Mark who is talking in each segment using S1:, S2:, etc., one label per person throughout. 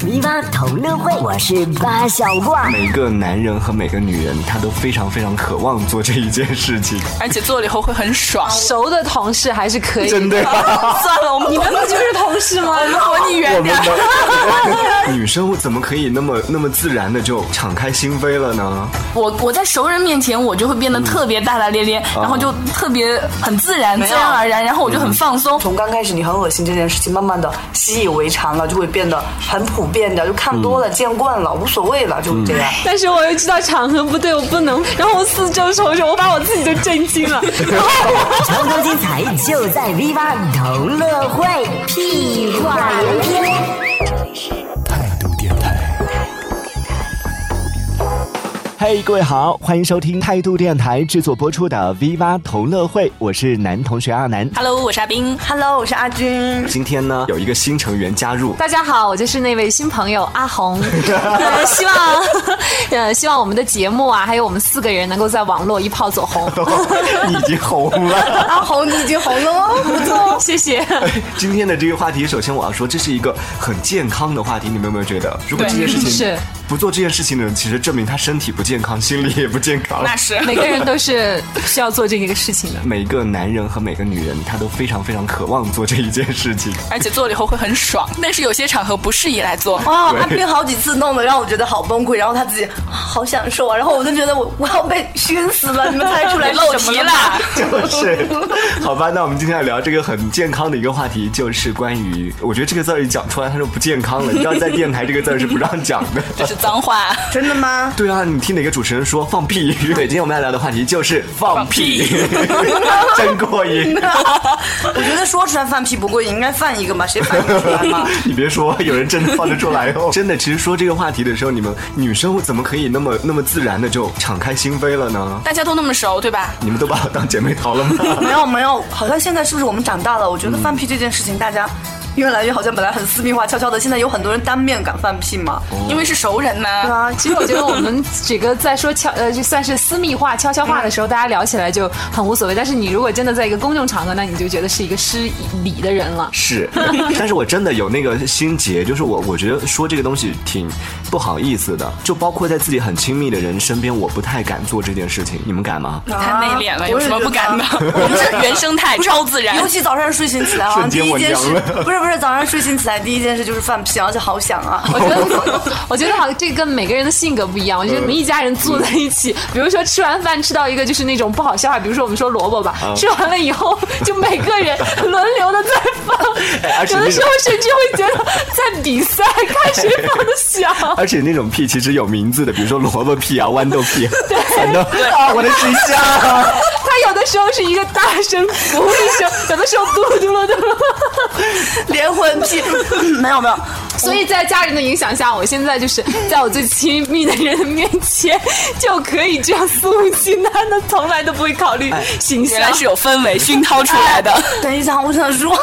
S1: 迷八同乐会，我是八小怪。
S2: 每个男人和每个女人，他都非常非常渴望做这一件事情，
S3: 而且做了以后会很爽。
S4: 熟的同事还是可以。
S2: 真的吗？
S3: 算了，我们
S4: 你们不就是同事吗？
S3: 我们躲你
S2: 我
S3: 远
S2: 们
S3: 点。
S2: 的女生怎么可以那么 那么自然的就敞开心扉了呢？
S3: 我我在熟人面前，我就会变得特别大大咧咧，
S4: 嗯
S3: 然后就特别很自然，自然而然，然后我就很放松。
S4: 嗯
S5: 从刚开始你很恶心这件事情，慢慢的习以为常了，就会变得很普遍的，就看多了、见惯了，无所谓了，就这样。
S6: 嗯
S4: 但是我又知道场合不对，我不能。然后我四周瞅瞅，我把我自己都震惊 了。然后
S1: 超多精彩就在 V 八同乐会，屁话连篇。
S2: 嘿各位好，欢迎收听态度电台制作播出的 V 八同乐会，我是男同学阿南。
S3: Hello，我是阿冰。
S5: Hello，我是阿 军。
S2: 今天呢，有一个新成员加入，
S4: 大家好，我就是那位新朋友阿 红。呃、希望 呃希望我们的节目啊，还有我们四个人能够在网络一炮走红。
S2: 你已经红了。
S4: 阿红，你已经红了哦，不错， 谢谢。
S2: 今天的这个话题，首先我要说，这是一个很健康的话题，你们有没有觉得？如果
S3: 对
S2: 这件事情
S4: 是
S2: 不做这件事情的人，其实证明他身体不健康，心理也不健康。
S3: 那是
S4: 每个人都是需要做这个事情的。
S2: 每个男人和每个女人，他都非常非常渴望做这一件事情。
S3: 而且做了以后会很爽，但是有些场合不适宜来做。
S6: 啊，
S2: 对
S6: 他病好几次弄得让我觉得好崩溃，然后他自己啊好享受啊，然后我就觉得我我要被熏死了，你们猜出来是
S3: 漏
S6: 什
S3: 题
S6: 么
S3: 了
S6: 吗？
S2: 就是，好吧，那我们今天来聊这个很健康的一个话题，就是关于，我觉得这个字儿一讲出来，他说不健康 了，你知道在电台这个字儿是不让讲的。
S3: 这是脏话。
S6: 真的 吗？
S2: 对啊，你听哪个主持人说放 屁？对，今天我们要聊的话题就是放屁， 真过瘾。
S6: 我觉得说出来放屁不过瘾，应该放一个嘛，谁放一个出来 嘛？
S2: 你别说，有人真的放得出来 哦。真的，其实说这个话题的时候，你们女生怎么可以那么那么自然的就敞开心扉了呢？
S3: 大家都那么熟，对吧？
S2: 你们都把我当姐妹淘了 吗？
S6: 没有没有，好像现在是不是我们长大了？我觉得放屁这件事情，大家越来越好像本来很私密化、悄悄的，现在有很多人当面敢放屁嘛。
S3: 因为是熟人呢、
S6: 对啊，
S4: 其实我觉得我们几个在说悄呃，就算是私密话、悄悄话的时
S2: 嗯
S4: 候，大家聊起来就很无所谓。但是你如果真的在一个公众场合，那你就觉得是一个失礼的人了。
S2: 是，但是我真的有那个心结，就是我我觉得说这个东西挺不好意思的，就包括在自己很亲密的人身边，我不太敢做这件事情。你们敢吗？
S3: 太内敛了，有
S6: 啊我也
S3: 什么不敢的？
S6: 觉得啊
S3: 我们是 原生态，超自然
S6: 尤。其早上睡醒起来啊，
S2: 瞬
S6: 第
S2: 间
S6: 一件事
S2: 我凉了
S6: 不是不是，早上睡醒起来第一件事就是放屁，而且好响啊！
S4: 我 觉得，我觉得好，这跟每个人的性格不一样。我觉得
S2: 嗯
S4: 我们一家人坐在一起，比如说吃完饭吃到一个就是那种不好消化，比如说我们说萝卜吧，
S2: 嗯
S4: 吃完了以后就每个人轮流的在
S2: 哎而
S4: 放，
S2: 且
S4: 有
S2: 那
S4: 的
S2: 个
S4: 时候甚至会觉得在比赛，看谁 放的响。
S2: 而且那种屁其实有名字的，比如说萝卜屁啊、豌豆 屁啊，反正啊，我的水下啊，
S4: 他有的时候是一个大声咕一声，有的时候嘟噜嘟噜嘟 噜。
S6: 连环屁，嗯没有没有，
S4: 所以在家人的影响下，我现在就是在我最亲密的人面前就可以这样肆无忌惮的，从来都不会 考虑形
S3: 原
S4: 象
S3: 来。是有氛围熏陶出来的。
S6: 等一下，我想说，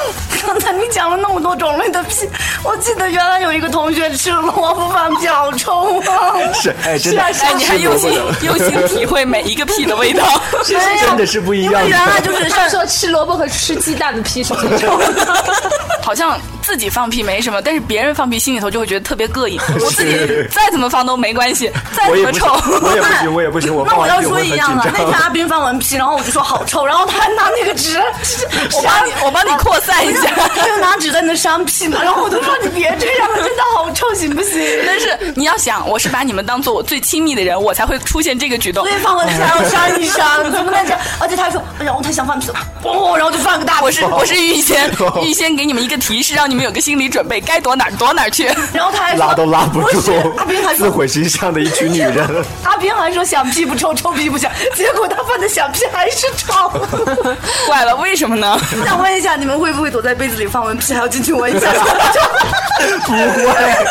S6: 刚才你讲了那么多种类的屁，我记得原来有一个同学吃了萝卜放屁，好臭 啊！
S2: 是哎，真的，
S3: 哎，你还
S2: 是萝
S3: 用
S2: 卜
S3: 心
S2: 的，
S3: 用心体会每一个屁的味道。
S2: 真的是不一
S6: 因
S2: 样
S6: 为原
S2: 的。
S6: 来就是
S4: 他
S6: 上
S4: 说吃萝卜和吃鸡蛋的屁是很重的。
S3: 好像自己放屁没什么，但是别人放屁心里头就会觉得特别膈应。我自己再怎么放都没关系，再
S2: 我
S3: 怎
S2: 也
S3: 么
S2: 不
S3: 臭
S2: 行，，我也不行，我也不行，我
S6: 那
S2: 放
S6: 我
S2: 完
S6: 要
S2: 屁我
S6: 说
S2: 会很
S6: 一
S2: 紧
S6: 样了，那 天
S2: 张。
S6: 阿斌放完屁，然后我就说好臭，然后他还拿那个纸，
S3: 我帮你，我帮你扩散一下。
S6: 他就拿纸在那扇屁嘛，然后我就说你别这样了，真的好臭，行不行？
S3: 但是你要想，我是把你们当做我最亲密的人，我才会出现这个举动
S6: 所。以放完屁还要扇一扇，怎么能这样？而且他还说，哎呀，我太想放屁了，哦，然后就放个大
S3: 我
S6: 屁
S3: 是。我是预先预先给你们一个提示，让你们有个心理准备，该躲哪儿躲哪儿去。
S6: 然后他还说
S2: 拉都拉不
S6: 是
S2: 住
S6: 阿斌还，
S2: 自
S6: 说
S2: 毁形象的一群女人。
S6: 阿斌还说响屁不臭，臭屁不响，结果他放的响屁还是臭。
S3: 怪了，为什么呢？
S6: 想问一下，你们会不会躲在被子里放完屁还要进去闻一下？
S2: 不会，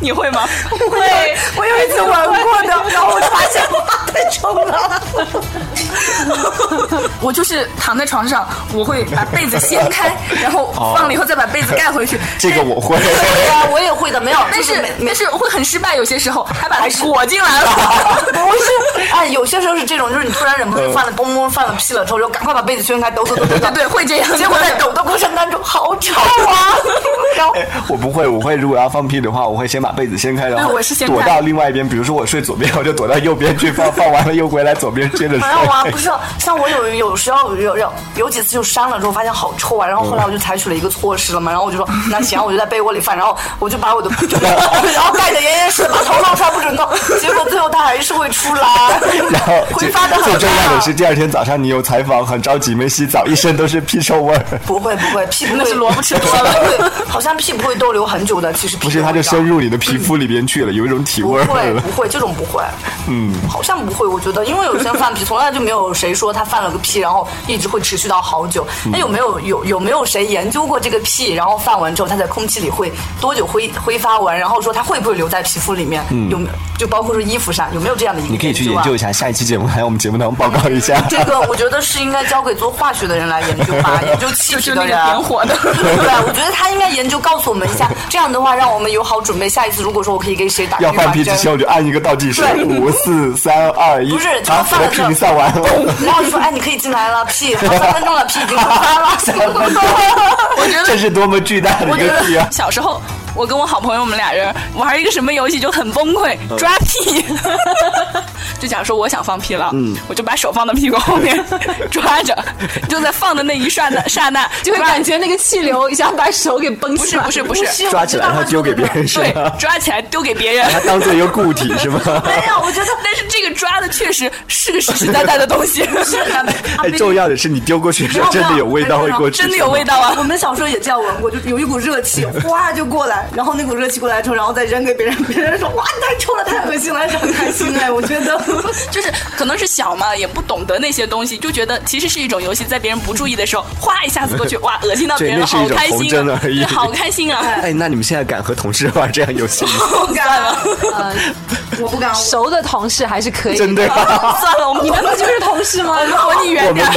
S3: 你会吗？
S6: 我有我有一次闻过的，然后我就发现哇，太臭了。
S3: 我就是躺在床上，我会把被子掀开，然后
S2: 哦
S3: 放了以后再把被子盖回去。
S2: 这个我会。
S5: 对呀，我也会的，没有，
S3: 但
S5: 就是没
S3: 但是会很失败，有些时候还把它裹进来了。
S5: 不是，哎，有些时候是这种，就是你突然忍不住犯了嘣嘣犯了屁了之后，就赶快把被子掀开，抖抖抖抖抖
S3: 对对，会这样。
S5: 结果在抖的过程当中，好吵啊！然后
S2: 我不会，我会如果要放屁的话，我会先把被子掀开，然后
S3: 我是先
S2: 躲
S3: 看
S2: 到另外一边。比如说我睡左边，我就躲到右边去放，放完了又回来左边接着睡
S6: 哎
S5: 没。有啊，不是，像我有有时候有有有几次就删了之后发现好臭啊，然后后来我就采取了一个措施了嘛，然后我就说那行，我就在被窝里翻，然后我就把我的， 然后盖得严严实，把头露出来不准动，结果最后它还是会出来，
S2: 然后
S5: 挥
S2: 最
S5: 发的
S2: 最
S5: 很
S2: 重
S5: 大
S2: 要的是，第二天早上你有采访，很着急没洗澡，一身都是屁臭味儿。
S5: 不会不会，屁不会
S3: 那是萝卜吃多了
S5: 对，好像屁不会逗留很久的，其实屁
S2: 不是，它就
S5: 会
S2: 深入你的皮肤里边去了，有一种体
S5: 不
S2: 味儿
S5: 会
S2: 了
S5: 不。会，这种不会，嗯，好像不会。我觉得，因为有些人放屁，从来就没有谁说他犯了个屁，然后一直会持续到好久。那有没有有有没有谁研究过这个屁，然后犯完之后，它在空气里会多久挥挥发完，然后说它会不会留在皮肤里面？有没有？就包括说衣服上有没有这样的一个、啊？
S2: 你可以去研究一下，下一期节目来我们节目当中报告一下。
S5: 这个我觉得是应该交给做化学的人来研究吧，研究气体
S3: 就那
S5: 的
S3: 个
S5: 人。
S3: 点火的
S5: 对，我觉得他应该研究告诉我们一下，这样的话让我们有好准备。下一次如果说我可以给谁打
S2: 要
S5: 预
S2: 放
S5: 防
S2: 屁之
S5: 针，
S2: 前我就按一个倒计时，
S5: 对
S2: 五四三二一，
S5: 不是就是
S2: 好，
S5: 放
S2: 我
S5: 了
S2: 的屁
S5: 这
S2: 已经算完了。
S5: 然后说哎你可以进来了，屁，好三分钟了，屁已经出发了，三分钟
S3: 我觉得
S2: 这是多么巨大的
S3: 我
S2: 一
S3: 觉
S2: 个屁啊
S3: 得！ 小时候，我跟我好朋友我们俩人玩一个什么游戏就很崩溃，
S2: 嗯
S3: 抓屁。 就假如说我想放屁了，
S2: 嗯
S3: 我就把手放到屁股后面 抓着，就在放的那一刹 那，刹那
S4: 就会
S3: 抓
S4: 感觉那个气流一下把手给绷
S3: 不
S4: 起
S3: 是
S4: 来。
S3: 不是不是，
S2: 抓起来，然后丢给别人是
S3: 对啊
S2: 吗？，
S3: 抓起来丢给别人。
S2: 它当做一个固体是吗？
S3: 没有，我觉得，但是这个抓的确实是个实实在在的东 西，
S2: 哎，重要的是你丢过去的时候，真的有味道会过去，
S3: 真的有味道啊！
S6: 我们小时候也这样闻过，就有一股热气，哗就过来，然后那股热气过来之后，然后再扔给别人，别人说哇你太臭了，太恶心了，还是很开心哎，我觉得。
S3: 就是可能是小嘛，也不懂得那些东西，就觉得其实是一种游戏，在别人不注意的时候，哗一下子过去，哇，恶心到别人
S2: 对那是一
S3: 了，好
S2: 种
S3: 开
S2: 童
S3: 心
S2: 真
S3: 啊！
S2: 而已
S3: 对，好开心啊！
S2: 哎，那你们现在敢和同事玩这样游戏吗？
S3: 算了，
S6: 我不敢，
S4: 熟的同事还是可以，
S2: 真的吗？
S3: 算了，我们
S4: 你们不就是同事 吗？
S3: 我们和你
S2: 我
S3: 远
S2: 们
S3: 点。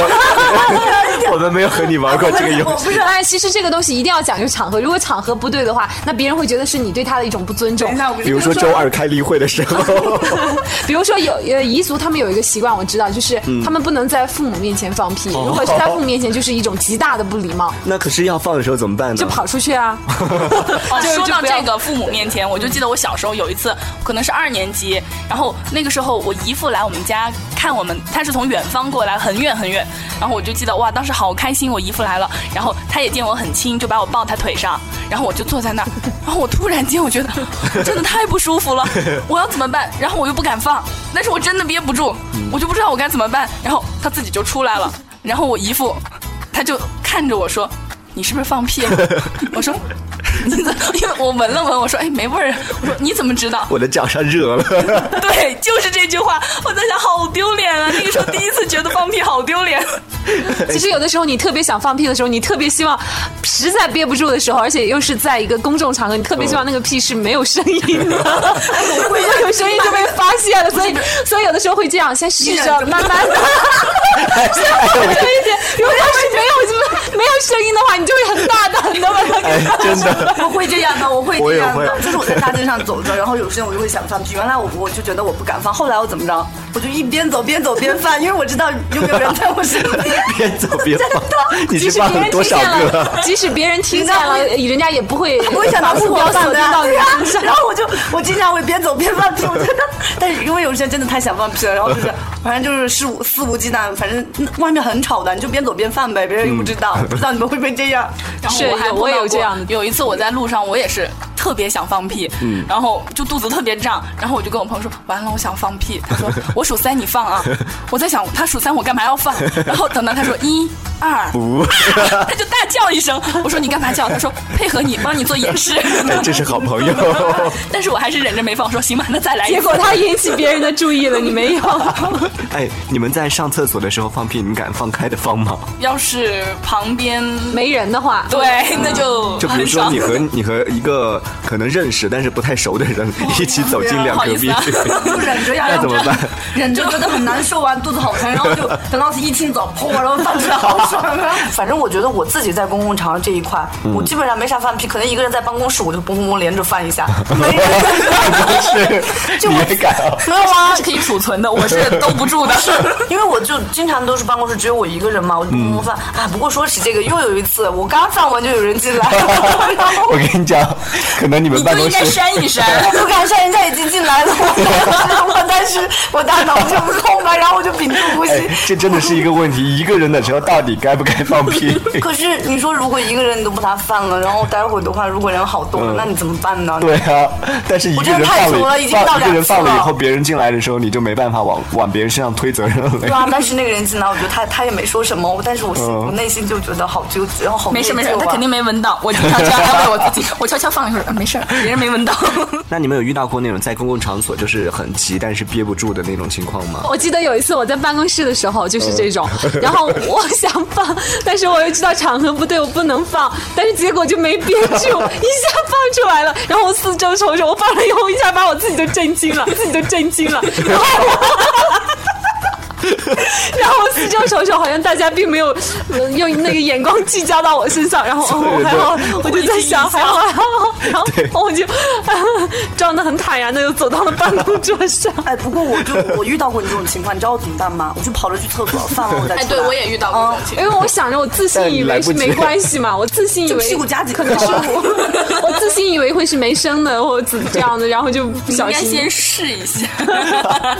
S2: 没，我们没有和你玩过这个游 戏。
S4: 不是，哎，其实这个东西一定要讲究场合，如果场合不对的话，那别人会觉得是你对他的一种不尊重
S6: 等一。下我跟
S2: 比如说周二开例会的时 候，
S4: 比如说有呃彝族，他们有一个习惯，我知道，就是他们不能在父母面前放屁，如果是在父母面前，就是一种极大的不礼 貌，
S2: 那可是要放的时候怎么办呢？
S4: 就跑出去 啊。
S3: 哦，
S4: 就
S3: 说
S4: 就
S3: 到
S4: 不要
S3: 这个父母面前，我就记得我小时候有一次，可能是二年级，然后那个时候我姨父来我们家看我们，他是从远方过来，很远很远，然后我就记得哇，当时好开心，我姨父来了，然后他也见我很轻，就把我抱他腿上，然后我就坐在那儿，然后我突然间我觉得 真的太不舒服了，我要怎么办？然后我又不敢放，但是我真的憋不住，
S4: 嗯
S3: 我就不知道我该怎么办，然后他自己就出来了，然后我姨父他就看着我说。你是不是放屁了？ 我说，你怎么？因为我闻了闻，我说，哎，没味儿。我说你怎么知道？
S2: 我的脚上热 了。
S3: 对，就是这句话。我在想，好丢脸啊！那个时候第一次觉得放屁好丢 脸。
S4: 其实有的时候你特别想放屁的时候，你特别希望，实在憋不住的时候，而且又是在一个公众场合，你特别希望那个屁是没有声音 的，哎如果有声音就被发现了，所 以所以有的时候会这样，先试着慢慢 的，先放 着一点，如果要是没有没有声音的话，你就会很大胆的把它
S2: 哎，真的，
S6: 我会这样的，我会
S2: 我
S6: 这
S2: 也
S6: 样的
S2: 会，
S6: 就是我在大街上走着，然后有时间我就会想放屁。原来我我就觉得我不敢放，后来我怎么着，我就一边走边走边放，因为我知道有没有人在我 身边。
S2: 边走边放。你
S4: 即
S2: 是
S4: 使
S2: 放
S4: 别
S2: 了
S4: 人
S2: 多
S4: 听
S2: 少
S4: 见
S2: 个 啊？
S4: 了，即使别人听见了，人家也不会
S6: 我也想
S4: 把
S6: 拿
S4: 目
S6: 目
S4: 标
S6: 标
S4: 锁
S6: 放
S4: 定到你
S6: 对啊
S4: 身上。
S6: 然后我就 我经常会边走边放屁，我觉得，但是因为有些真的太想放屁了，然后就是哎反正就是肆无肆无忌惮，反正嗯外面很吵的，你就边走边放呗，别人又不知道，不知道你们会不会这样。
S3: 然后
S4: 是
S3: 我还
S4: 有
S3: 碰
S4: 我也
S3: 到
S4: 有这
S3: 过
S4: 样的嗯
S3: 有一次我在路上，我也是特别想放屁，然后就肚子特别胀，然后我就跟我朋友说，完了，我想放 屁。他说我数三你放啊，我在想他数三我干嘛要放？然后等到他说一二，
S2: 不，
S3: 他就大叫一声。我说你干嘛叫？他说配合你，帮你做演示。
S2: 这是好朋友。
S3: 但是我还是忍着没放，我说行吧，那再来一次。
S4: 结果他引起别人的注意了，你没有。
S2: 哎，你们在上厕所的时候放屁，你们敢放开的放吗？
S3: 要是旁边
S4: 没人的话，
S3: 对，那就
S2: 就比如
S3: 很
S2: 说
S3: 爽。
S2: 你和你和一个可能认识但是不太熟的人一起走进两隔壁
S3: 不好意
S2: 去
S3: 思，
S6: 就 忍着呀，
S2: 那怎么办？
S6: 忍着觉得很难受啊，肚子好疼，然后 就等到一清早，砰，然后放出来好爽啊！
S5: 反正我觉得我自己在公共场合这一块，我基本上没啥放屁，可能一个人在办公室我就嘣嘣嘣连着放一下， 没人。
S2: 你也敢啊？
S3: 没有啊，是可以储存的，我是兜 不住的。
S5: 因为我就经常都是办公室只有我一个人嘛，我就嘣嘣放啊。不过说起这个，又有一次我刚放完就有人进来，然后
S2: 我跟你讲，可能你们
S3: 你
S2: 办
S3: 就应
S2: 公
S3: 该
S2: 室
S3: 扇一扇。
S5: 我不敢上，人家已经进来了，我当时我大脑就是空白，然后我就屏住呼吸。
S2: 哎，这真的是一个问题。一个人的时候到底该不该放屁？
S5: 可是你说，如果一个人你都不打饭了，然后待会儿的话，如果人好多了，那你怎么办呢？
S2: 嗯对啊，但是一
S5: 我
S2: 个
S5: 真
S2: 人
S5: 的太
S2: 放
S5: 熟
S2: 了
S5: 了
S2: 以，
S5: 已经到
S2: 放一个
S5: 两
S2: 人
S5: 次
S2: 放了以
S5: 了
S2: 后，别人进来的时候，你就没办法往往别人身上推责任
S5: 对
S2: 了。
S5: 啊，但是那个人进来，我觉得他他也没说什么，我但是我心、我内心就觉得好纠结，然后好
S3: 没事没事
S5: 内，疚啊
S3: 他肯定没闻到。我经常这样安慰我 自己，我悄悄放一会儿，啊没事儿，别人没闻到。
S2: 那你们有遇到过那种在公共场所就是很急但是憋不住的那种情况吗？
S4: 我记得有一次我在办公室的时候就是这种，然后我想放，但是我又知道场合不对，我不能放，但是结果就没憋住，一下放出 来了。然后我四周瞅瞅，我放了以后，一下把我自己都震惊了，自己都震惊了。然后我。然后我四周瞅瞅，好像大家并没有、呃用那个眼光聚焦到我身上，然后哦，我还好，我就在想还好还好，然后我就、 装的很坦然的又走到了办公桌上。
S6: 哎，不过我就我遇到过你这种情况，你知道我怎么办吗？我就跑着去厕所，放完我再出来。
S3: 哎，对我也遇到过这种情
S4: 因为我想着我自信以为是没关系嘛，我自信以为
S6: 就屁股夹紧
S4: 可能是
S6: 哎
S4: 我， 我自信以为会是没声的或者怎么这样的，然后就不
S3: 况，
S4: 小
S3: 你应该
S4: 心
S3: 先，试一下。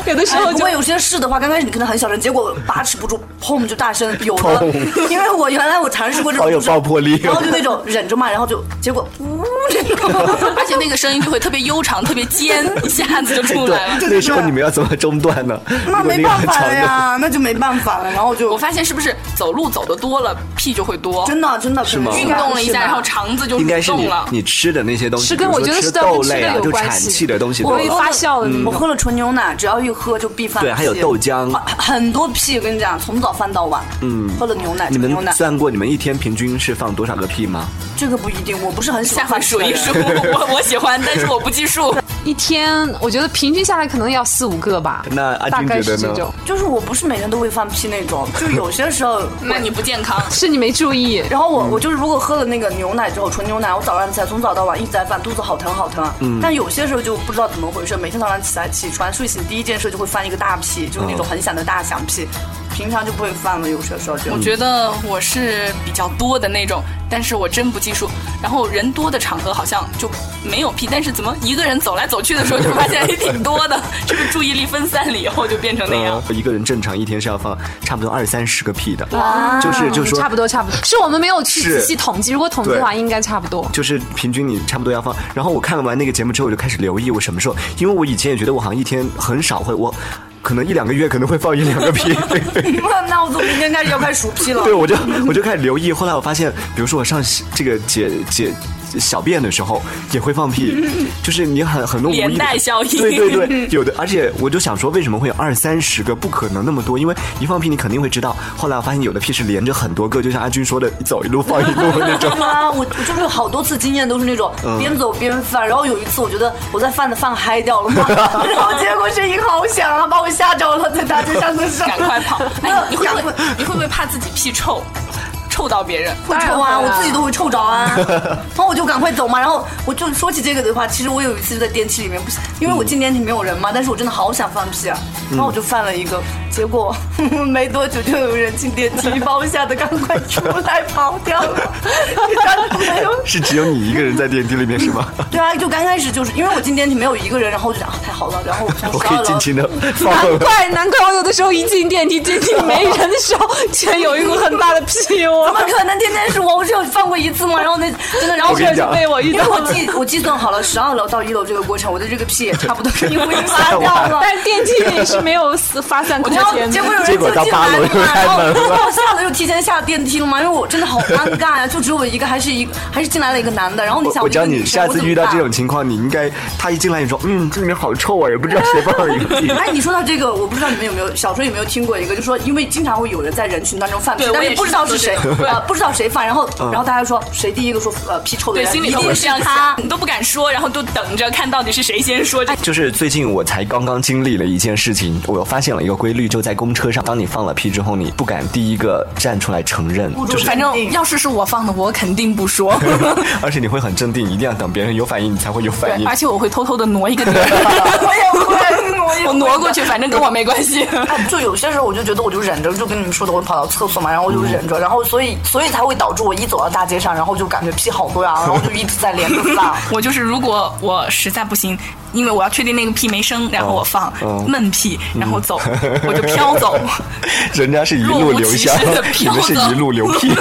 S4: 有的时
S6: 哎
S4: 候就
S6: 不过有些事的话，刚开始你可能很小声，结果把持不住，砰就大声有的。因为我原来我尝试过这种，
S2: 好有爆破 力哦
S6: 然后就那种忍着嘛，然后就结果呜那种。
S3: 而且那个声音就会特别悠长，特别尖，一下子就出 来了。
S2: 对，那时候你们要怎么中断 呢？
S6: 那
S2: 如果
S6: 没
S2: 那个
S6: 办
S2: 很
S6: 法
S2: 长
S6: 了
S2: 的，
S6: 呀，那就没办法了。然后
S3: 我
S6: 就
S3: 发现是不是走路走的多了，屁就会多？
S6: 真的真的是
S2: 吗
S3: 运动了一下，然后肠子就
S2: 应该
S3: 蠕
S2: 是
S3: 动
S2: 你
S3: 了。
S2: 你吃的那些东西，
S4: 是
S2: 比
S4: 跟
S2: 如
S4: 我
S2: 说
S4: 觉得
S2: 吃
S4: 是跟
S2: 豆
S4: 我吃
S2: 类
S4: 的
S2: 啊，
S4: 有
S2: 就
S4: 关
S2: 产
S4: 系
S2: 气的东西多
S4: 我
S2: 了
S4: 一发酵了，
S3: 嗯
S6: 我喝了纯牛奶，只要一喝就必放屁。
S2: 对还有豆浆
S6: 啊很多屁。我跟你讲，从早放到晚。嗯，喝了牛奶，
S2: 你
S6: 纯牛
S2: 们
S6: 奶，
S2: 算过你们一天平均是放多少个屁吗？
S6: 这个不一定，我不是很喜
S3: 下回
S6: 欢放屁
S3: 数
S6: 的人。
S3: 一数，我我喜欢，但是我不计数。
S4: 一天我觉得平均下来可能要四五个吧，
S2: 那阿
S4: 大
S2: 军
S4: 概
S2: 觉
S4: 是
S2: 得
S4: 这
S2: 呢
S4: 种，
S6: 就是我不是每天都会放屁那种，就有些时候
S3: 那你不健康。
S4: 是你没注意。
S6: 然后我
S2: 嗯
S6: 我就是如果喝了那个牛奶之后，纯牛奶，我早上起来从早到晚一直在犯，肚子好疼好疼啊。
S2: 嗯
S6: 但有些时候就不知道怎么回事，每天早上起来起床睡醒第一件事就会犯一个大屁，就是那
S2: 嗯
S6: 种很响的大响屁，平常就不会犯了。有些时候就
S3: 我觉得我是比较多的那种，但是我真不计数。然后人多的场合好像就没有屁，但是怎么一个人走来走去的时候，就发现 也挺多的，是不是注意力分散了以后就变成那样？
S2: 嗯，一个人正常一天是要放差不多二三十个屁的，啊就是就是说
S4: 啊差不多差不多，是我们没有去
S2: 是
S4: 仔细统计，如果统计的话，
S2: 对
S4: 应该差 不多。
S2: 就是平均你差不多要放。然后我看完那个节目之后，我就开始留意我什么时候，因为我以前也觉得我好像一天很少会，我可能一两个月可能会放一两个 屁。
S6: 那我从明天开始要开始数屁了
S2: 对，。我就我就开始留意。后来我发现，比如说我上洗这个解解小便的时候也会放屁，就是你很很多无意的
S3: 连带效应
S2: 对对对，有的。而且我就想说，为什么会有二三十个？不可能那么多，因为一放屁你肯定会知道。后来我发现有的屁是连着很多个，就像阿军说的，走一路放一路那种。
S6: 啊， 我我就是有好多次经验都是那种
S3: 嗯
S6: 边走边犯，然后有一次我觉得我在犯的犯嗨掉了嘛， 然后结果声音好响啊，把我吓着了，在大街上的时 候，
S3: 赶快 跑！哎，你会
S6: 赶
S3: 不
S6: 快
S3: 会你会不会怕自己屁臭，臭到别人？
S6: 会臭啊，我自己都会臭着啊。然后我就赶快走嘛。然后我就说起这个的话，其实我有一次就在电梯里面，不是因为我进电梯没有人嘛，但是我真的好想放屁啊。然后我就犯了一个，结果没多久就有人进电梯，把我吓得赶快出来跑掉了。没有
S2: 是只有你一个人在电梯里面是吗？
S6: 对啊，就刚开始就是因为我进电梯没有一个人，然后我就想啊太好了，然后我从
S2: 我
S6: 十
S2: 可
S6: 二
S2: 以尽
S6: 楼。
S2: 情的放
S4: 难
S2: 了。
S4: 怪难怪我有的时候一进电梯，电梯没人的时候，居然有一股很大的屁窝
S6: 怎么。哦可能天天是我？我只有放过一次吗？然后那真的，然后
S2: 我跟你
S4: 这
S2: 讲
S4: 就被我遇
S6: 因
S4: 到
S6: 为我
S4: 了。
S6: 计我计算好了十二楼到一 楼这个过程，我的这个屁也差不多是因为发掉了。
S4: 但是电梯里是没有发散空
S3: 我
S4: 气
S3: 觉得
S7: 后结果有人
S2: 结
S7: 就
S2: 果
S7: 进
S2: 到八
S7: 来
S2: 楼
S7: 了
S2: 又
S7: 嘛，
S2: 开
S7: 然后
S2: 门了
S7: 然后我吓得就提前下电梯了嘛，因为我真的好尴尬呀，就只有我一个，还是一个还是进来了一个男的，然后你
S2: 我
S7: 想
S2: 我教你，下次遇到这。
S7: 我一个女生我怎么办
S2: 种情况，你应该他一进来你说，嗯，这里面好臭啊，也不知道谁放了一个 屁。
S7: 哎，你说到这个，我不知道你们有没有小时候有没有听过一个，就说因为经常会有人在人群当中放屁
S3: 对，
S7: 但
S3: 我也
S7: 是
S3: 是
S7: 不知道是谁，
S3: 对
S7: 呃，不知道谁放，然后
S2: 嗯
S7: 然后大家说谁第一个说呃屁臭的
S3: 对，
S7: 人，
S3: 心里
S7: 一
S3: 都
S7: 定
S3: 会这
S7: 是
S3: 样
S7: 他
S3: 想，。你都不敢说，然后都等着看到底是谁先说这。
S2: 就是最近我才刚刚经历了一件事情，我发现了一个规律，就在公车上，当你放了屁之后，你不敢第一个站出来承认，就是，
S3: 反正要是是我放的，我肯定不说，
S2: 而且你会很镇定，一定要等别人有反应，你才会有反应
S3: 而。且我会偷偷的挪一个地 方，
S6: 我也会，我也会
S3: 我挪过去，反正跟我没关系。
S6: 哎，就有些时候我就觉得我就忍着，就跟你们说的，我跑到厕所嘛，然后我就忍着，然后所以所以才会导致我一走到大街上，然后就感觉屁好多呀、然后就一直在连着放。
S3: 我就是，如果我实在不行，因为我要确定那个屁没声，然后我放
S2: 嗯嗯
S3: 闷屁，然后 走，我就飘走。
S2: 人家是一路留香
S3: 若无，其
S2: 你
S3: 事地
S2: 们是一路流屁。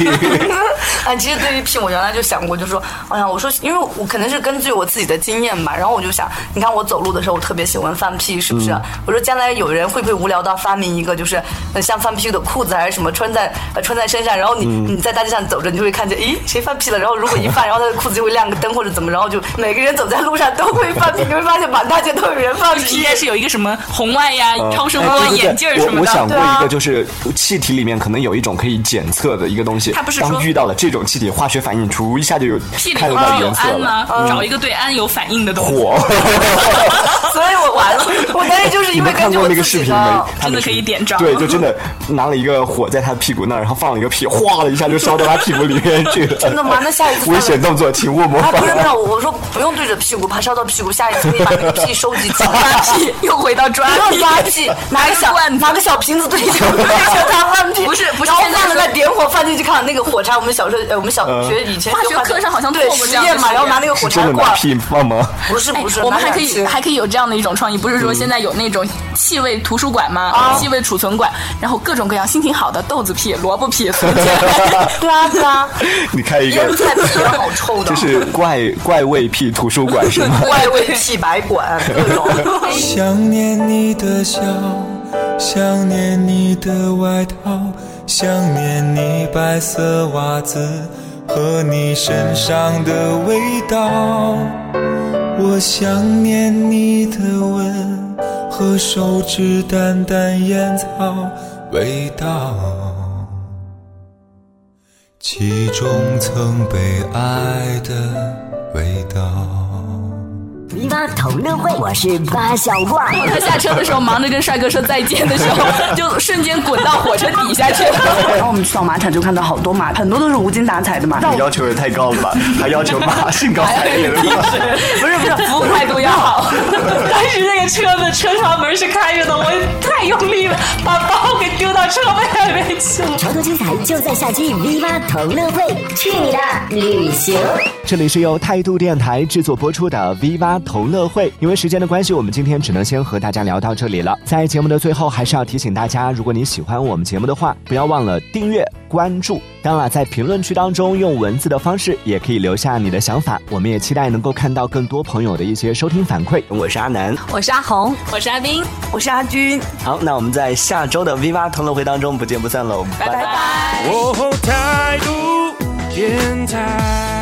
S6: 哎，其实对于屁，我原来就想过，就说，哎呀，我说，因为我可能是根据我自己的经验吧，然后我就想，你看我走路的时候，我特别喜欢放屁，是不
S2: 嗯
S6: 是？我说将来有人会不会无聊到发明一个，就是呃像放屁的裤子还是什么，穿在呃穿在身上，然后你、
S2: 嗯
S6: 你在大街上走着，你就会看见，咦，谁放屁了？然后如果一 放，然后他的裤子就会亮个灯或者怎么，然后就每个人走在路上都会放屁，你会发现满大街都有人放
S3: 应
S6: 屁。
S3: 该是有一个什么红外呀、超声波、啊
S2: 哎对对对
S3: 眼镜儿什
S2: 我
S3: 么
S2: 我想
S3: 的。啊
S2: 过一个，就是气体里面可能有一种可以检测的一个东西。
S3: 它不是说
S2: 当遇到了这种气体，化学反应出一下就有
S3: 屁里
S2: 看
S3: 头
S2: 得
S3: 不
S2: 到
S3: 是有
S2: 颜色
S3: 氨
S2: 了。嗯
S3: 吗？找一个对氨有反应的东西。
S2: 火，
S6: 所以我完了， 我当时就是
S2: 你
S6: 因
S2: 们
S6: 为
S2: 看
S6: 根据
S2: 过
S6: 我
S2: 那个
S6: 自
S2: 视
S6: 己
S2: 频没
S6: 的。？
S2: 他们
S3: 真的
S2: 是
S3: 可以点着
S2: 对，就真的拿了一个火在他屁股那儿，然后放了一个屁，哗的一下就烧到他屁股里面去 了。真
S6: 的吗那下一次 放
S2: 危险动作，请勿模
S6: 啊，
S2: 仿
S6: 不。是没有，我说不用对着屁股，怕烧到屁股。下一次可以把那个屁收集起来，
S3: 抓 屁， 又回到抓
S6: 不
S3: 屁
S6: 用。抓屁，拿个小
S3: 罐子
S6: 拿个小瓶子 对着对着它放屁，
S3: 不是不是
S6: 然后
S3: 现在
S6: 放了
S3: 是
S6: 再点火放进去，看那个火柴。我们小时候，呃，我们小学以前
S3: 化
S6: 就
S3: 学课上好像
S6: 对
S3: 做过
S6: 实
S3: 这样的
S6: 验嘛，
S3: 实
S6: 然后拿
S3: 验
S6: 那个
S2: 嗯 是
S6: 火
S2: 真
S6: 柴
S2: 的拿
S6: 罐，
S2: 屁放吗？
S6: 不是不是，
S3: 哎我们
S6: 拿
S3: 还
S6: 两嗯
S3: 可以
S6: 只
S3: 还可以有这样的一种创意，不是说现在有那种气味图书馆吗？
S6: 嗯
S3: 气味储存馆，然后各种各样心情好的豆子屁、萝卜屁，所以这 样
S6: 对啊对啊，
S2: 你开一
S6: 腌
S2: 个，
S6: 菜屁好臭的
S2: 就，是怪怪味屁图书馆是 吗？
S6: 怪味屁 白管各种。
S8: 想念你的笑，想念你的外套，想念你白色袜子和你身上的味道。我想念你的吻和手指淡淡烟草味道，其中曾被爱的味道。
S1: v 八同乐会，我是八小怪。
S3: 他下车的时候忙着跟帅哥说再见的时候，就瞬间滚到火车底下去了。
S6: 然后我们去到马场就看到好多马，很多都是无精打采的马。
S2: 你要求也太高了吧？还要求马兴高 采烈的吗？
S3: 不是不是，服务态度要 好。
S4: 当时那个车的车窗门是开着的，我太用力了，把包给丢到车外面去了。
S1: 超多精彩就在下期 V 八同乐会，去你的旅行！
S2: 这里是由态度电台制作播出的 V 八同乐会。因为时间的关系，我们今天只能先和大家聊到这里了。在节目的最后，还是要提醒大家，如果你喜欢我们节目的话，不要忘了订阅、关注。当然了，在评论区当中用文字的方式也可以留下你的想法，我们也期待能够看到更多朋友的一些收听反馈。我是阿南，
S4: 我是阿红，
S3: 我是阿斌，
S6: 我是阿军，
S2: 好，那我们在下周的 V 八同乐会当中不见不散喽，拜拜
S3: 拜拜。
S8: 哦，态度电台。